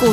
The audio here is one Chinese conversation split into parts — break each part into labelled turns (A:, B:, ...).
A: 股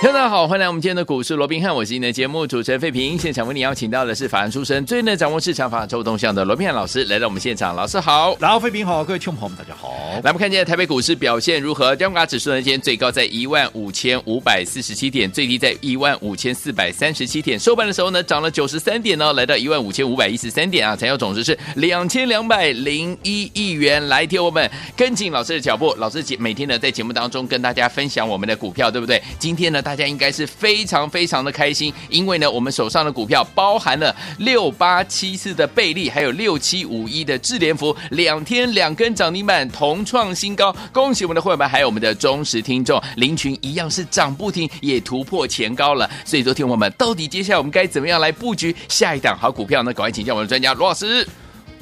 B: 听众大家好，欢迎来我们今天的股市罗宾汉，我是你的节目主持人费平。现场为你邀请到的是法案出身、最能掌握市场法周动向的罗宾汉老师，来到我们现场。老师好，
C: 然后，飞平好，各位听众朋友们，大家好。
B: 来，我们看今天台北股市表现如何？加权指数呢，今天最高在一万五千五百四十七点，最低在一万五千四百三十七点。收盘的时候呢，涨了九十三点哦，来到一万五千五百一十三点啊，成交总值是两千两百零一亿元。来，听我们跟紧老师的脚步，老师节每天呢在节目当中跟大家分享我们的股票，对不对？今天呢，大家应该是非常非常的开心，因为呢，我们手上的股票包含了六八七四的贝利，还有六七五一的智联福，两天两根涨停板，同创新高。恭喜我们的会员们，还有我们的忠实听众，林群一样是涨不停，也突破前高了。所以，说，听我们到底接下来我们该怎么样来布局下一档好股票呢？赶快请教我们的专家罗老师。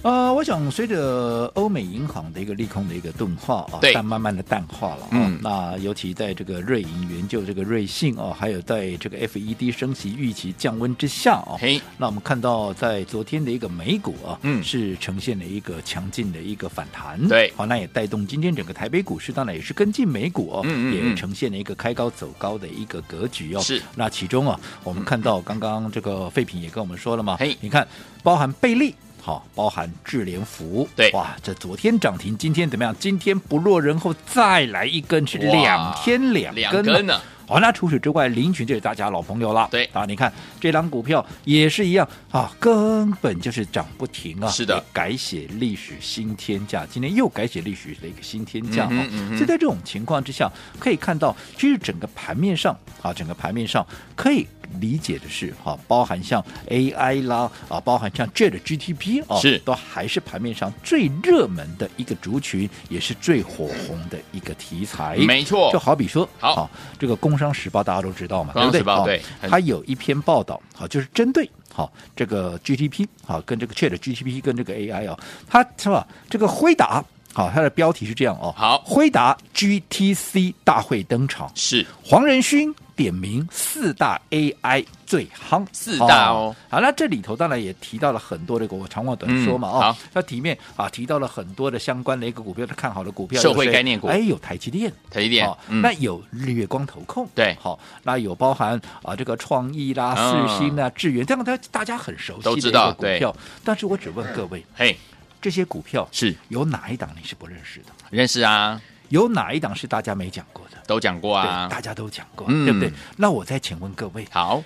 C: 呃，我想随着欧美银行的一个利空的一个钝化啊，
B: 对
C: 但慢慢的淡化了、啊。
B: 嗯
C: 那尤其在这个瑞银援救这个瑞信哦、还有在这个 FED 升息预期降温之下哦、
B: 嘿，
C: 那我们看到在昨天的一个美股啊，
B: 嗯
C: 是呈现了一个强劲的一个反弹。
B: 对
C: 好，那也带动今天整个台北股市，当然也是跟进美股哦，
B: 嗯嗯嗯
C: 也呈现了一个开高走高的一个格局哦。
B: 是，
C: 那其中啊，我们看到刚刚这个废品也跟我们说了嘛，
B: 嘿
C: 你看包含贝利。好，包含智联服，
B: 对
C: 哇，这昨天涨停，今天怎么样？今天不落人后，再来一根，是
B: 哇
C: 两天两根、啊
B: 两根呢
C: 好、那除此之外，林群就是大家老朋友了。
B: 对
C: 啊，你看这档股票也是一样啊，根本就是涨不停啊。
B: 是的
C: 也改写历史新天价，今天又改写历史的一个新天价、
B: 嗯
C: 哦
B: 哼嗯哼
C: 所以在这种情况之下，可以看到，其实整个盘面上啊，整个盘面上可以。理解的是，哈、包含像 AI 啦，啊，包含像 Chat GTP 哦，
B: 是
C: 都还是盘面上最热门的一个族群，也是最火红的一个题材。
B: 没错
C: 就好比说，
B: 哦好
C: 啊这个《工商时报》大家都知道嘛，
B: 工商时报
C: 对不
B: 对
C: 对？它有一篇报道，好，就是针对好这个 GTP，好啊跟这个 Chat GTP 跟这个 AI 哦，它是吧？这个辉达，好，它的标题是这样哦，
B: 好
C: 辉达 GTC 大会登场，
B: 是
C: 黄仁勋点名四大 AI 最夯，啊
B: 四大哦
C: 好，那这里头当然也提到了很多的股，我长话短说嘛，
B: 嗯好
C: 哦，那里面啊提到了很多的相关的一个股票的看好的股票，
B: 社会
C: 有谁
B: 概念股
C: 哎，有台积电，
B: 台积电
C: 哦
B: 嗯
C: 那有日月光投控，
B: 对
C: 好，那有包含啊这个创意啦、
B: 嗯
C: 世新啦、智源，这样大家大家很熟悉
B: 都
C: 的
B: 知
C: 一
B: 道
C: 个股票，但是我只问各位，
B: 嘿，
C: 这些股票
B: 是
C: 有哪一档哎你是不认识的？
B: 认识啊，
C: 有哪一档是大家没讲过的？
B: 都讲过啊
C: 对，。大家都讲过，
B: 嗯
C: 对不对？那我再请问各位，
B: 好，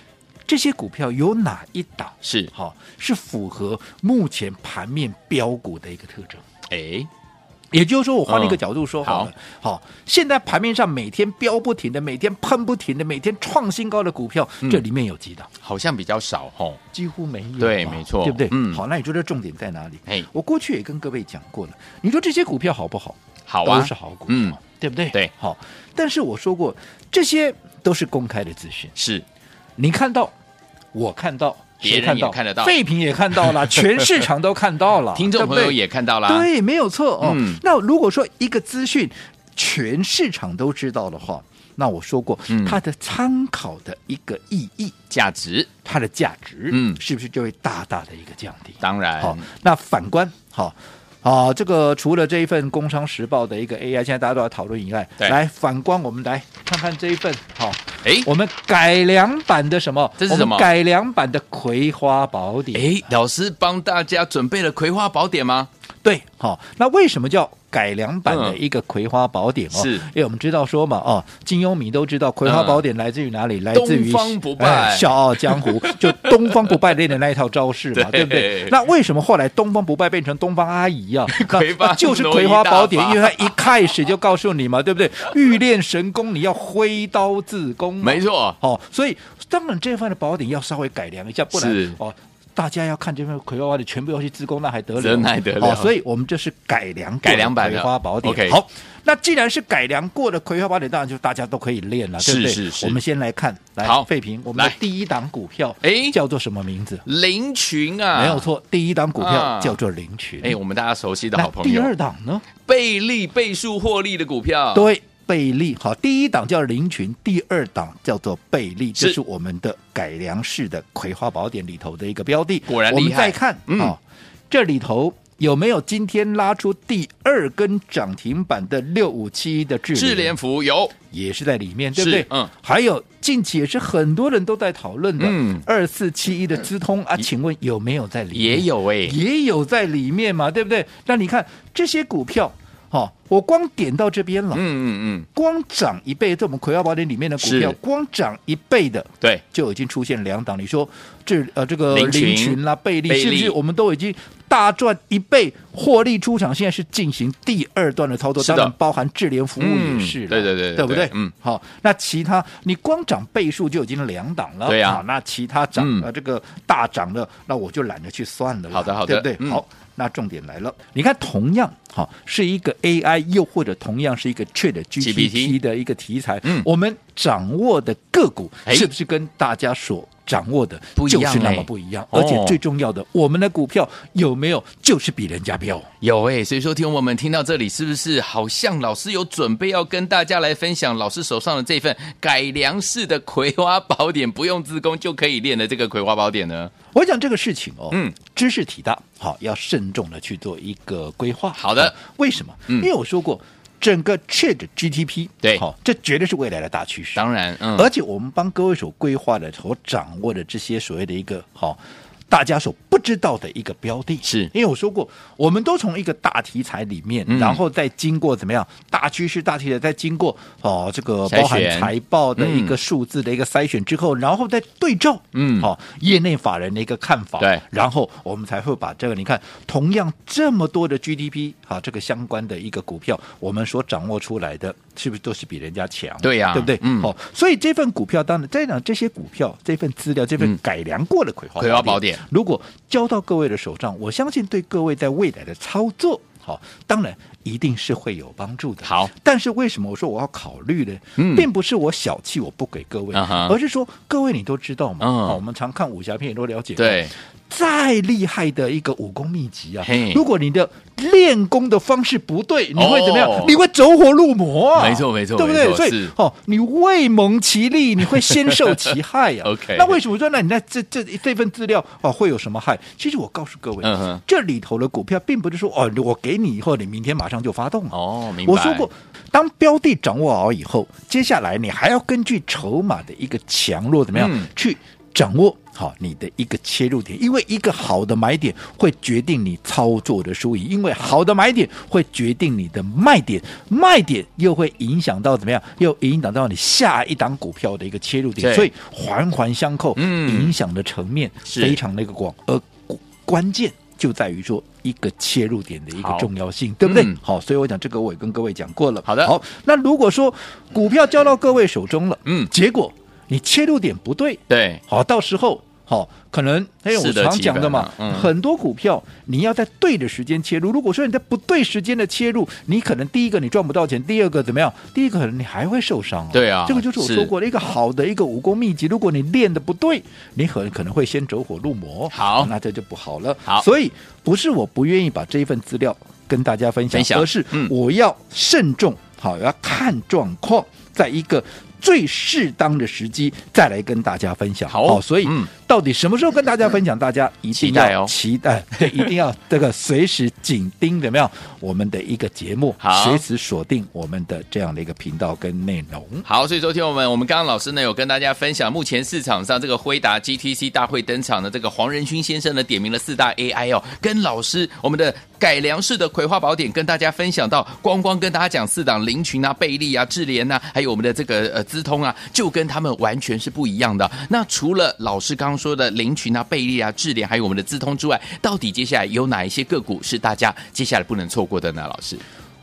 C: 这些股票有哪一档
B: 是
C: 好、是符合目前盘面标股的一个特征？
B: 哎，
C: 也就是说，我换了一个
B: 嗯
C: 角度说
B: 好
C: 好了，好、现在盘面上每天飙不停的，每天喷不停的，每天创新高的股票，
B: 嗯
C: 这里面有几档？
B: 好像比较少吼。
C: 几乎没有嘛，
B: 对没错
C: 对不对？
B: 嗯
C: 好，那你说这重点在哪里
B: 嘿？
C: 我过去也跟各位讲过了，你说这些股票好不好？
B: 好啊
C: 都是好股票，
B: 嗯
C: 对不对？
B: 对
C: 好，但是我说过，这些都是公开的资讯，
B: 是
C: 你看到，我看到，
B: 别人
C: 谁看到
B: 也看得到
C: 废品也看到 了，全市场都看到 了，
B: 听众朋友
C: 对不对
B: 也看到啦，
C: 对，没有错哦。
B: 嗯
C: 那如果说一个资讯全市场都知道的话，那我说过
B: 嗯，
C: 它的参考的一个意义，
B: 价值
C: 它的价值，
B: 嗯
C: 是不是就会大大的一个降低？
B: 当然
C: 好，那反观好。啊，这个除了这一份《工商时报》的一个 AI，现在大家都在讨论以外，
B: 对
C: 来反观我们来看看这一份好，
B: 哎
C: 我们改良版的什么？
B: 这是
C: 我们
B: 什么
C: 改良版的《葵花宝典》。
B: 哎，老师帮大家准备了《葵花宝典》吗？
C: 对，好、那为什么叫改良版的
B: 嗯
C: 一个《葵花宝典》哦？
B: 是
C: 因为我们知道说嘛，哦，金庸迷都知道《葵花宝典》来自于哪里？来自
B: 嗯东
C: 于
B: 方不败
C: 哎笑傲江 湖》，就东方不败练的那一套招式嘛，
B: 对
C: 对不对？那为什么后来东方不败变成东方阿姨啊？那
B: 葵花
C: 那 就是《
B: 挪
C: 葵
B: 移
C: 花
B: 大
C: 宝典》，
B: 法
C: 因为它一开始就告诉你嘛，对不对？欲练神功，你要挥刀自宫嘛，
B: 没错，
C: 哦，所以当然这份的宝典要稍微改良一下，不然
B: 是
C: 哦。大家要看这份葵花宝典，全部要去自宫，那还得了？哦
B: 真还得了
C: 好所以我们这是改良过的
B: 改良版的
C: 葵花宝典。
B: OK
C: 好，那既然是改良过的葵花宝典，当然就大家都可以练了，对不对？
B: 是是是
C: 我们先来看，来
B: 好
C: 费平，我们的
B: 来
C: 第一档股票，
B: 哎
C: 叫做什么名字？
B: 林群啊，
C: 没有。错，第一档股
B: 啊
C: 票叫做林群。
B: 哎，我们大家熟悉的
C: 那
B: 好朋
C: 第
B: 友，
C: 二档呢？
B: 倍利倍数获利的股票，
C: 对，贝利。好，第一档叫林群，第二档叫做贝利，
B: 是
C: 这是我们的改良式的《葵花宝典》里头的一个标的。
B: 果然
C: 我
B: 厉
C: 们
B: 害
C: 再看，
B: 嗯
C: 好，这里头。有没有今天拉出第二根涨停板的六五七一的智
B: 智联福有
C: 也是在里面，对不对
B: 是？嗯
C: 还有近期也是很多人都在讨论的
B: 嗯
C: 二四七一的资通啊，请问有没有在里面？
B: 也有哎、
C: 也有在里面嘛，对不对？那你看这些股票，哦，我光点到这边了，
B: 嗯嗯嗯，
C: 光涨一倍，在我们葵花宝典里面的股票
B: 是，
C: 光涨一倍的
B: 对，
C: 就已经出现两档。你说这呃这个
B: 林群
C: 林群啦、贝利
B: 贝利
C: 是不是我们都已经大赚一倍获利出场？现在是进行第二段的操作，
B: 是的
C: 当然包含智联服务
B: 嗯
C: 也是啦、
B: 对对对对
C: 对不对
B: 对？嗯，
C: 好，那其他你光涨倍数就已经两档了，
B: 对啊
C: 好那其他涨、
B: 嗯
C: 呃这个大涨的，那我就懒得去算了啦，
B: 好的好的
C: 对不对？
B: 嗯
C: 好。那重点来了，你看，同样哈、好是一个 AI，又或者同样是一个 Chat
B: GPT
C: GPT 的一个题材，
B: 嗯
C: 我们掌握的个股
B: 哎
C: 是不是跟大家所掌握的
B: 不一
C: 就
B: 样
C: 是那
B: 哎
C: 么不一样？
B: 哦
C: 而且最重要的，我们的股票有没有就是比人家标？
B: 有哎、所以说，听我们听到这里，是不是好像老师有准备要跟大家来分享老师手上的这份改良式的葵花宝典，不用自宫就可以练的这个葵花宝典呢？
C: 我讲这个事情哦，
B: 嗯，
C: 知识体大，好，要慎重的去做一个规划。
B: 好的
C: 好为什么？
B: 嗯
C: 因为我说过，整个 Chat GTP，
B: 对
C: 好，这绝对是未来的大趋势。
B: 当然，嗯，
C: 而且我们帮各位所规划的、所掌握的这些所谓的一个好、大家所不知道的一个标的，
B: 是
C: 因为我说过，我们都从一个大题材里面，
B: 嗯
C: 然后再经过怎么样大趋势、大题材，再经过哦这个
B: 筛选
C: 包含财报的
B: 嗯
C: 一个数字的一个筛选之后，然后再对照，
B: 嗯
C: 好、业内法人的一个看法，
B: 对
C: 然后我们才会把这个你看，同样这么多的 GDP 啊，这个相关的一个股票，我们所掌握出来的，是不是都是比人家强？
B: 对呀
C: 对不对？
B: 嗯
C: 好、哦所以这份股票当然，再讲这些股票，这份资料，这份
B: 嗯
C: 改良过的葵花
B: 葵花宝典
C: 如果交到各位的手上，我相信对各位在未来的操作，好、当然一定是会有帮助的。
B: 好，
C: 但是为什么我说我要考虑呢？
B: 嗯
C: 并不是我小气，我不给各位，
B: 啊哈
C: 而是说各位你都知道嘛，
B: 嗯
C: 好我们常看武侠片也都了解，
B: 对，
C: 再厉害的一个武功秘籍啊
B: 嘿，
C: 如果你的练功的方式不对，你会怎么样？
B: 哦
C: 你会走火入魔啊！
B: 没错没错
C: 对不
B: 没
C: 对？
B: 错
C: 所以
B: 是
C: 哦，你未蒙 其利，你会先受其害呀、
B: OK
C: 那为什么说那你那这这这份资料哦会有什么害？其实我告诉各位，
B: 嗯哼
C: 这里头的股票并不是说哦，我给你以后，你明天马上就发动啊了。
B: 哦，明白。
C: 我说过，，当标的掌握好以后，接下来你还要根据筹码的一个强弱怎么样、
B: 嗯
C: 去掌握好你的一个切入点，因为一个好的买点会决定你操作的输赢，因为好的买点会决定你的卖点，卖点又会影响到怎么样，又影响到你下一档股票的一个切入点，
B: 对
C: 所以环环相扣，
B: 嗯
C: 影响的层面
B: 是
C: 非常的一个广，而关键就在于说一个切入点的一个
B: 好
C: 重要性，对不对？
B: 嗯
C: 好，所以我讲这个我也跟各位讲过了。
B: 好的
C: 好，那如果说股票交到各位手中了，
B: 嗯
C: 结果你切入点不对，
B: 对，
C: 好，到时候好可能，哎，
B: 适
C: 我
B: 得
C: 常
B: 其
C: 讲的
B: 反
C: 嘛
B: 啊，嗯
C: 很多股票你要在对的时间切入。如果说你在不对时间的切入，你可能第一个你赚不到钱，第二个怎么样？第一个可能你还会受伤、
B: 对啊
C: 这个就是我
B: 是
C: 说过的一个好的一个武功秘籍。如果你练的不对，你很可能会先走火入魔。
B: 好
C: 那这就不好了。
B: 好
C: 所以不是我不愿意把这一份资料跟大家分享，
B: 分享
C: 而是
B: 嗯
C: 我要慎重，好，要看状况，在一个最适当的时机再来跟大家分享。
B: 好
C: 所以
B: 嗯
C: 到底什么时候跟大家分享？大家一定
B: 期待哦
C: 要 期待，对，一定要这个随时紧盯怎么样？我们的一个节目
B: 好，
C: 随时锁定我们的这样的一个频道跟内容。
B: 好，所以昨天我们我们刚刚老师呢有跟大家分享，目前市场上这个辉达 GTC 大会登场的这个黄仁勋先生呢，点名了四大 AI 哦，跟老师我们的改良式的葵花宝典跟大家分享到，光光跟大家讲四档林群啊、贝利啊、智联呐、还有我们的这个呃资通啊，就跟他们完全是不一样的。那除了老师刚刚说的林群啊、贝利啊、智联，还有我们的资通之外，到底接下来有哪一些个股是大家接下来不能错过的呢？老师，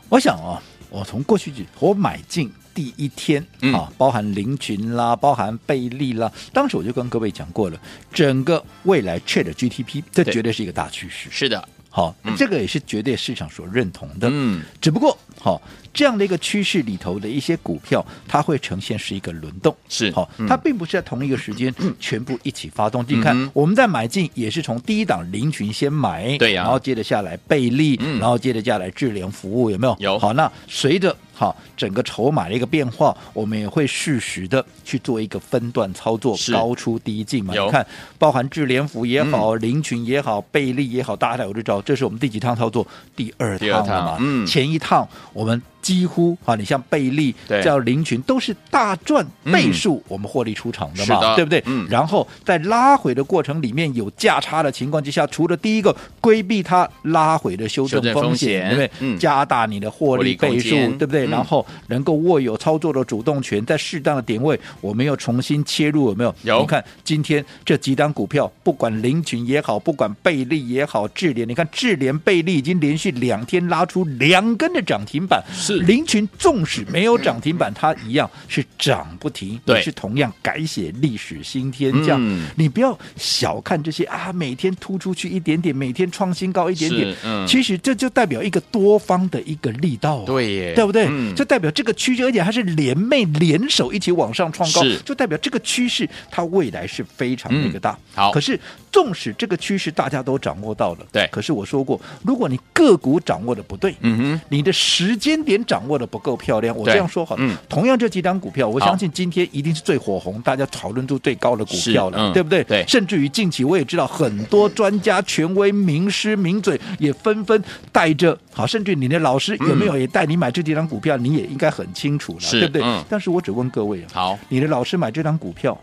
C: 我想啊、我从过去几我买进第一天、
B: 嗯
C: 啊，包含林群啦，包含贝利啦，当时我就跟各位讲过了，整个未来 Chat GTP 这
B: 对
C: 绝对是一个大趋势。
B: 是的，
C: 好、
B: 嗯
C: 这个也是绝对市场所认同的。
B: 嗯，
C: 只不过好、这样的一个趋势里头的一些股票，它会呈现是一个轮动。
B: 是
C: 好、
B: 嗯
C: 它并不是在同一个时间 全部一起发动。你
B: 嗯
C: 看
B: 哼，
C: 我们在买进也是从第一档林群先买，
B: 对呀
C: 然后接着下来贝利，
B: 嗯
C: 然后接着下来智联服务，有没有？
B: 有
C: 好，那随着好整个筹码的一个变化，我们也会适时的去做一个分段操作
B: 是，
C: 高出低进嘛。
B: 有嗯
C: 你看，包含智联服也好，林群也好，贝利也好，大家都知道，这是我们第几趟操作？第二
B: 第二
C: 趟了
B: 趟
C: 嘛。
B: 嗯
C: 前一趟我们几乎啊，你像贝利
B: 对、
C: 叫林群都是大赚
B: 嗯
C: 倍数，我们获利出场的
B: 是
C: 嘛，
B: 的
C: 对不对？
B: 嗯
C: 然后在拉回的过程里面有价差的情况之下，除了第一个规避它拉回的修正
B: 修正风
C: 风
B: 险
C: 险，对不对？
B: 嗯
C: 加大你的获
B: 获利
C: 利
B: 空
C: 倍数
B: 间，
C: 对不对？
B: 嗯
C: 然后能够握有操作的主动权，在适当的点位，我们又重新切入，有没有？
B: 有
C: 你看今天这几档股票，不管林群也好，不管贝利也好，智联，你看智联、贝利已经连续两天拉出两根的涨停板，
B: 是
C: 林群纵使没有涨停板，它一样是涨不停，
B: 对
C: 也是同样改写历史新天价。
B: 嗯
C: 你不要小看这些啊，每天突出去一点点，每天创新高一点点
B: 是，嗯
C: 其实这就代表一个多方的一个力道、啊，
B: 对耶
C: 对不对？
B: 嗯
C: 就代表这个趋势，而且它是联袂联手一起往上创高
B: 是，
C: 就代表这个趋势它未来是非常那个大。
B: 嗯好
C: 可是纵使这个趋势大家都掌握到了，
B: 对
C: 可是我说过，如果你个股掌握的不对，
B: 嗯哼，
C: 你的时间点掌握的不够漂亮，我
B: 对
C: 这样说好了。
B: 嗯
C: 同样这几档股票，我
B: 好
C: 相信今天一定是最火红，大家讨论度最高的股票了，
B: 是嗯
C: 对不对？
B: 对
C: 甚至于近期我也知道很多专家、权威、名师、名嘴也纷纷带着，好，甚至你的老师有没有也带你买这几档股票，你也应该很清楚了，
B: 是
C: 对不对？
B: 嗯
C: 但是我只问各位啊，
B: 好，
C: 你的老师买这张股票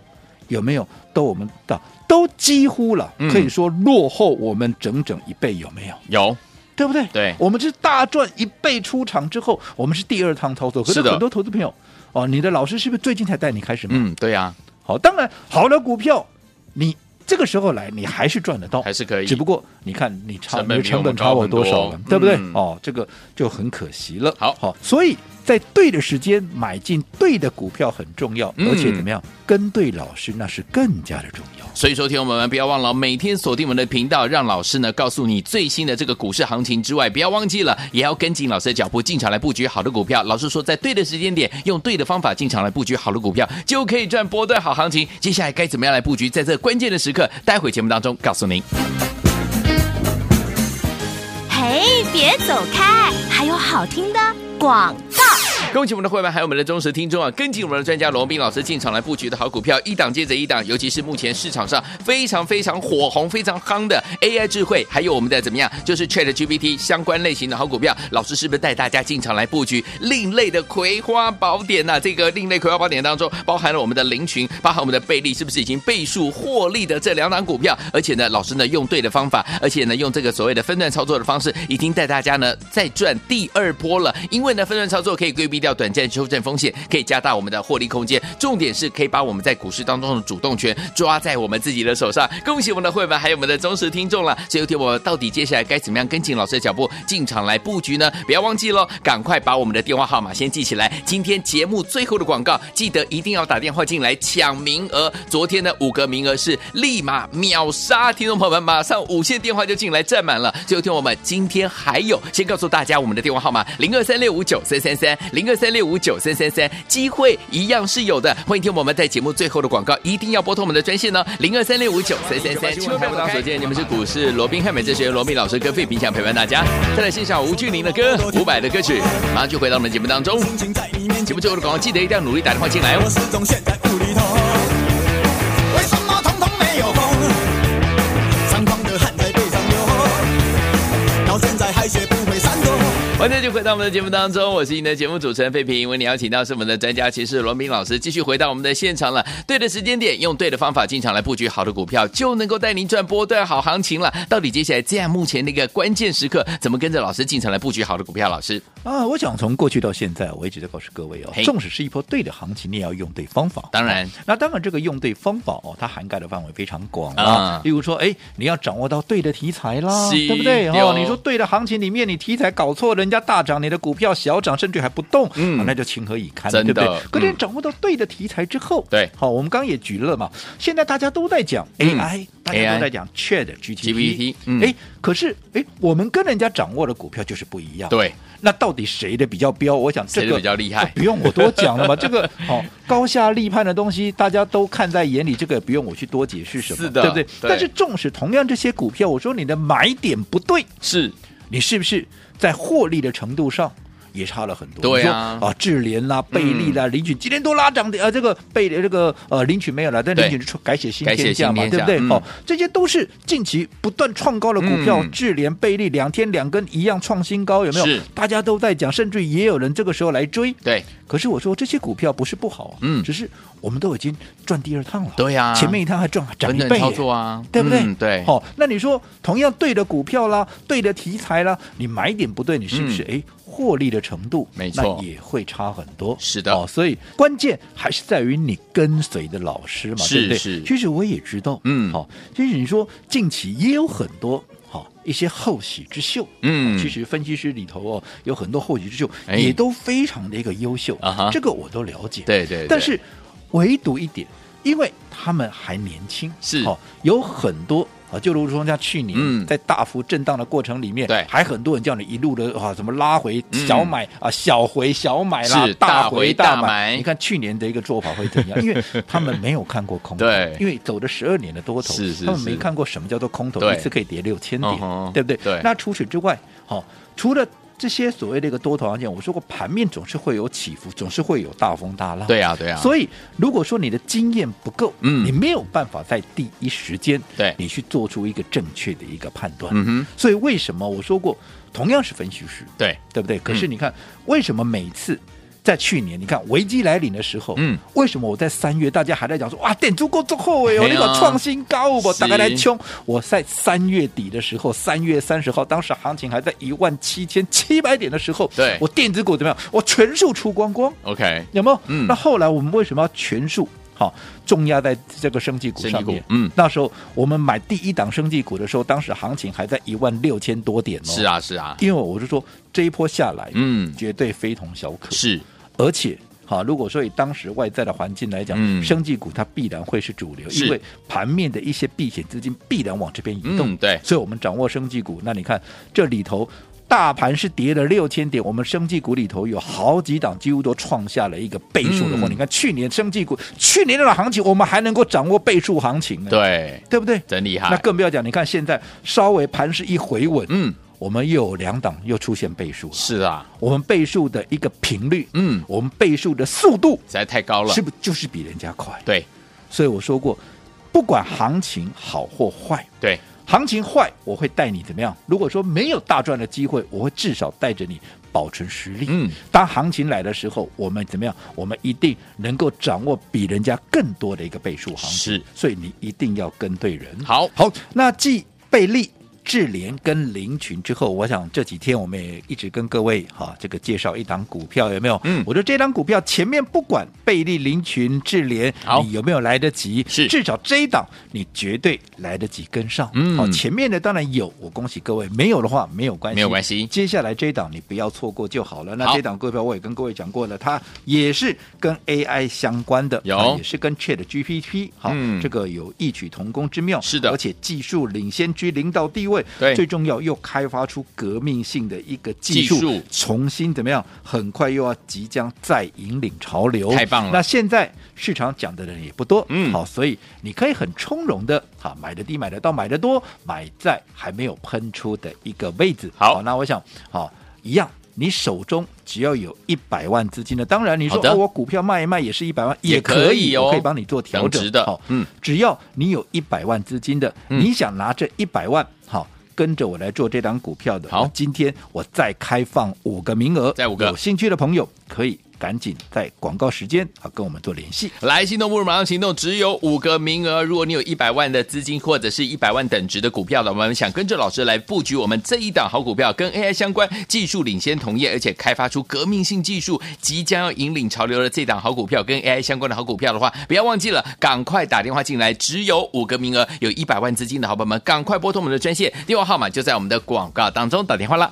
C: 有没有都我们的都几乎了，
B: 嗯
C: 可以说落后我们整整一倍，有没有？
B: 有，
C: 对不对？
B: 对
C: 我们是大赚一倍出场之后，我们是第二趟操作。可
B: 是
C: 是
B: 的
C: 很多投资朋友，哦，你的老师是不是最近才带你开始买？
B: 嗯，对呀，
C: 好，当然好的股票，你这个时候来，你还是赚得到，
B: 还是可以
C: 只不过你看你差
B: 成本
C: 你的成本差我多少了，
B: 比我们高很多
C: 对不对？
B: 嗯
C: 哦，这个就很可惜了。
B: 好
C: 好，所以在对的时间买进对的股票很重要，
B: 嗯
C: 而且怎么样，跟对老师那是更加的重要。
B: 所以，说，听我们不要忘了每天锁定我们的频道，让老师呢告诉你最新的这个股市行情之外，不要忘记了也要跟紧老师的脚步进场来布局好的股票。老师说，在对的时间点，用对的方法进场来布局好的股票，就可以赚波段好行情。接下来该怎么样来布局，在这关键的时刻，待会节目当中告诉您。
A: 嘿，别走开，还有好听的广告。
B: 恭喜我们的会员，还有我们的忠实听众啊！跟紧我们的专家罗斌老师进场来布局的好股票，一档接着一档，尤其是目前市场上非常非常火红、非常夯的 AI 智慧，还有我们的怎么样，就是 ChatGPT 相关类型的好股票，老师是不是带大家进场来布局另类的葵花宝典呐、这个另类葵花宝典当中，包含了我们的林群，包含我们的贝利，是不是已经倍数获利的这两档股票？而且呢，老师呢用对的方法，而且呢用这个所谓的分段操作的方式，已经带大家呢再赚第二波了。因为呢分段操作可以规避掉短暂修正风险，可以加大我们的获利空间。重点是可以把我们在股市当中的主动权抓在我们自己的手上。恭喜我们的会员，还有我们的忠实听众了。所以，天我到底接下来该怎么样跟紧老师的脚步进场来布局呢？不要忘记喽，赶快把我们的电话号码先记起来。今天节目最后的广告，记得一定要打电话进来抢名额。昨天的五个名额是立马秒杀，听众朋友们马上无线电话就进来占满了。最后，听我们今天还有，先告诉大家我们的电话号码零二三六五九三三三零二三六五九三三三，机会一样是有的。欢迎听我们在节目最后的广告，一定要拨通我们的专线哦，零二三六五九三三三。千万不要当所见，你们是股市罗宾汉美哲学罗密老师跟费平想陪伴大家，再来欣赏吴俊霖的歌《伍佰的歌曲》，马上就回到我们的节目当中。节
D: 节
B: 目最后的广告，记得一定要努力打电话进来哦
D: 我。始终陷在雾里头。为什么统统没有风？猖狂的汗在背上流，到现在还学不会闪躲。
B: 欢迎继续回到我们的节目当中，我是您的节目主持人费平。为您邀请到是我们的专家骑士罗明老师，继续回到我们的现场了。对的时间点，用对的方法进场来布局好的股票，就能够带您赚波段好行情了。到底接下来这样目前的一个关键时刻，怎么跟着老师进场来布局好的股票？老师，
C: 啊，我想从过去到现在，我一直在告诉各位哦
B: 嘿，
C: 纵使是一波对的行情，你也要用对方法。
B: 当然
C: 哦那当然这个用对方法哦，它涵盖的范围非常广
B: 啊
C: 啊。例如说，哎，你要掌握到对的题材啦，
B: 是
C: 对不对？
B: 有
C: 哦，你说对的行情里面，你题材搞错了，人人家大涨，你的股票小涨，甚至还不动，
B: 嗯
C: 啊那就情何以堪，
B: 真的
C: 对不对？可
B: 嗯
C: 是你掌握到对的题材之后，
B: 对
C: 好，我们刚刚也举了嘛，现在大家都在讲
B: 嗯
C: AI，大家都在讲 Chat
B: GPT
C: GPT，
B: 嗯
C: 哎，可是哎，我们跟人家掌握的股票就是不一 样，。
B: 对，
C: 那到底谁的比较彪？我想这
B: 谁
C: 个
B: 的比较厉害
C: 啊不用我多 讲了嘛。这个哦，高下立判的东西，大家都看在眼里，这个也不用我去多解释什么，
B: 是的
C: 对不对？
B: 对
C: 但是纵使同样这些股票，我说你的买点不对，
B: 是
C: 你是不是在获利的程度上？也差了很多，
B: 对
C: 你说
B: 啊
C: 啊，智联啦、贝利啦、林群今天都拉涨的，呃，这个贝这个呃林群没有了，但
B: 对
C: 林群出改写新
B: 改写
C: 天价嘛，
B: 新天
C: 对
B: 价
C: 不对？
B: 嗯
C: 哦，这些都是近期不断创高的股票，
B: 嗯
C: 智联、贝利两天两根一样创新高，有没有
B: 是？
C: 大家都在讲，甚至也有人这个时候来追。
B: 对，
C: 可是我说这些股票不是不好、啊，
B: 嗯
C: 只是我们都已经赚第二趟了，
B: 对呀
C: 前面一趟还赚涨
B: 等
C: 一
B: 等
C: 倍耶
B: 操作啊，
C: 对不对？
B: 嗯对，
C: 好、那你说同样对的股票啦，对的题材啦，你买点不对，你是不是哎、诶获利的程度，
B: 嗯没错
C: 那也会差很多。
B: 是的
C: 哦，所以关键还是在于你跟随的老师嘛，
B: 是
C: 对不对？
B: 是
C: 其实我也知道，
B: 嗯
C: 好、其实你说近期也有很多。好一些后起之秀，
B: 嗯
C: 其实分析师里头哦，有很多后起之秀，
B: 哎
C: 也都非常的一个优秀
B: 啊哈
C: 这个我都了解。
B: 对对对
C: 但是唯独一点，因为他们还年轻，
B: 是
C: 哦，有很多啊，就如同像去年、
B: 嗯
C: 在大幅震荡的过程里面，
B: 对
C: 还很多人叫你一路的啊，什么拉回
B: 嗯
C: 小买、啊，小回小买啦
B: 是，大
C: 大
B: 回
C: 回
B: 大
C: 大
B: 买
C: 你看去年的一个做法会 怎样？因为他们没有看过空头，
B: 对
C: 因为走了十二年的多头，
B: 是是
C: 他们
B: 是
C: 没看过什么叫做空头，
B: 对
C: 一次可以跌六千点
B: 嗯，哼
C: 对不对？
B: 对
C: 那除此之外，好、除了。这些所谓的一个多头行情，我说过盘面总是会有起伏，总是会有大风大浪。
B: 对啊，对啊，以
C: 所以，如果说你的经验不够，
B: 嗯
C: 你没有办法在第一时间，
B: 对
C: 你去做出一个正确的一个判断。
B: 嗯哼，
C: 所以为什么我说过，同样是分析师，
B: 对，嗯
C: 对不对？可是你看，为什么每次在去年，你看危机来临的时候，
B: 嗯，
C: 为什么我在三月大家还在讲说哇，点足够做后尾哦，
B: 嘿啊
C: 那个创新高哦，
B: 是
C: 大概来冲。我在三月底的时候，三月三十号，当时行情还在一万七千七百点的时候，
B: 对
C: 我电子股怎么样？我全数出光光。
B: OK，
C: 有没有？
B: 嗯
C: 那后来我们为什么要全数好重压在这个生技股上
B: 生技
C: 面
B: 股？嗯
C: 那时候我们买第一档生技股的时候，当时行情还在一万六千多点哦。
B: 是，啊，是啊，
C: 因为我是说这一波下来，
B: 嗯
C: 绝对非同小可。
B: 是，
C: 而且。好，如果说以当时外在的环境来讲，
B: 嗯
C: 生技股它必然会是主流，
B: 是
C: 因为盘面的一些避险资金必然往这边移动。
B: 嗯，对，
C: 所以我们掌握生技股。那你看这里头，大盘是跌了六千点，我们生技股里头有好几档几乎都创下了一个倍数的获利。
B: 嗯
C: 你看去年生技股，去年那种行情，我们还能够掌握倍数行情呢，
B: 对，
C: 对不对？
B: 真厉害，
C: 那更不要讲，你看现在稍微盘势一回稳，
B: 嗯，
C: 我们又有两档又出现倍数了。
B: 是啊，
C: 我们倍数的一个频率，
B: 嗯
C: 我们倍数的速度，
B: 实在太高了
C: 是，不是就是比人家快？
B: 对，
C: 所以我说过，不管行情好或坏，
B: 对，
C: 行情坏，我会带你怎么样？如果说没有大赚的机会，我会至少带着你保存实力。
B: 嗯，
C: 当行情来的时候，我们怎么样？我们一定能够掌握比人家更多的一个倍数行情。
B: 是，
C: 所以你一定要跟对人。
B: 好
C: 好，那继贝利。智联跟林群之后，我想这几天我们也一直跟各位哈、这个介绍一档股票有没有？
B: 嗯
C: 我说这档股票前面不管贝利、林群、智联，
B: 好
C: 你有没有来得及？
B: 是
C: 至少这一档你绝对来得及跟上。
B: 嗯
C: 好，前面的当然有，我恭喜各位；没有的话没有关系，
B: 没有关系
C: 接下来这一档你不要错过就好了。那
B: 好
C: 这档股票我也跟各位讲过了，它也是跟 AI 相关的，
B: 有
C: 啊也是跟 Chat GPT 好、
B: 嗯
C: 这个有异曲同工之妙。
B: 是的
C: 而且技术领先居领导地位，
B: 对
C: 最重要又开发出革命性的一个技
B: 技术
C: 重新怎么样？很快又要即将再引领潮流，
B: 太棒了
C: 那现在市场讲的人也不多，
B: 嗯
C: 好，所以你可以很从容的，好，买的低，买的到，买的多，买在还没有喷出的一个位置。
B: 好
C: 那我想，好，一样。你手中只要有一百万资金的，当然你说
B: 好的
C: 哦，我股票卖一卖也是一百万，
B: 也可
C: 可
B: 以哦
C: 我可以帮你做调
B: 等值
C: 整
B: 的
C: 好，
B: 嗯，
C: 只要你有一百万资金的，
B: 嗯
C: 你想拿这一百万，好。跟着我来做这档股票的，
B: 好
C: 那今天我再开放五个名额，
B: 再五个
C: 有兴趣的朋友可以赶紧在广告时间啊跟我们做联系。
B: 来，心动不如马上行动，只有五个名额。如果你有一百万的资金或者是一百万等值的股票的，我们想跟着老师来布局我们这一档好股票，跟 AI 相关，技术领先同业，而且开发出革命性技术，即将要引领潮流的这档好股票，跟 AI 相关的好股票的话，不要忘记了，赶快打电话进来，只有五个名额，有一百万资金的好朋友们，赶快拨通我们的专线，电话号码就在我们的广告当中，打电话啦。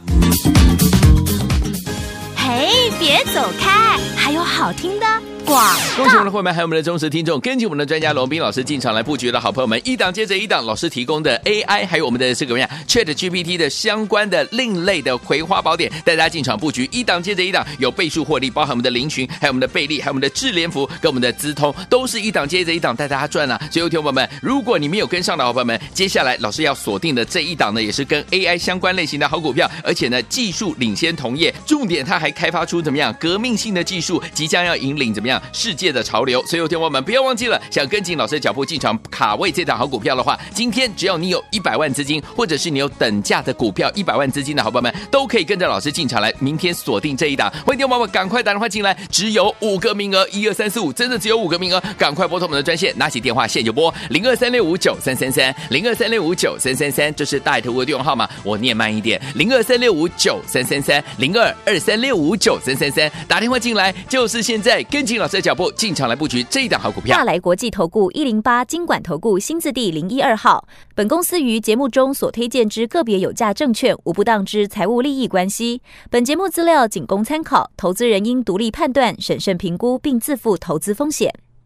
A: 嘿，别走开，还有好听的广
B: 恭喜我们的会员，还有我们的忠实听众。根据我们的专家龙斌老师进场来布局的好朋友们，一档接着一档，老师提供的 AI，还有我们的这个什么呀 Chat GPT 的相关的另类的葵花宝典，带大家进场布局，一档接着一档，有倍数获利，包含我们的林群，还有我们的贝利，还有我们的智联福跟我们的资通，都是一档接着一档带大家赚啊。所以，听众朋友们，如果你没有跟上的好朋友们，接下来老师要锁定的这一档呢，也是跟 AI 相关类型的好股票，而且呢，技术领先同业，重点它还开发出怎么样革命性的技术，即将要引领怎么样世界的潮流。所以，有天友们不要忘记了，想跟紧老师的脚步进场卡位这档好股票的话，今天只要你有一百万资金，或者是你有等价的股票一百万资金的好朋友们，都可以跟着老师进场来，明天锁定这一档。欢迎天友们赶快打电话进来，只有五个名额，一二三四五，真的只有五个名额，赶快拨通我们的专线，拿起电话现在就拨零二三六五九三三三零二三六五九三三三，这是大头的电话号码，我念慢一点，零二三六五九三三三零二二三六五九三三三，打电话进来就是现在，跟紧老师的脚步进场来布局这一档好股票
E: 大。来国际投顾一零八金管投顾新字第零一二号。本公司于节目中所推荐之个别有价证券，无不当之财务利益关系。本节目资料仅供参考，投资人应独立判断、审慎评估，并自负投资风险。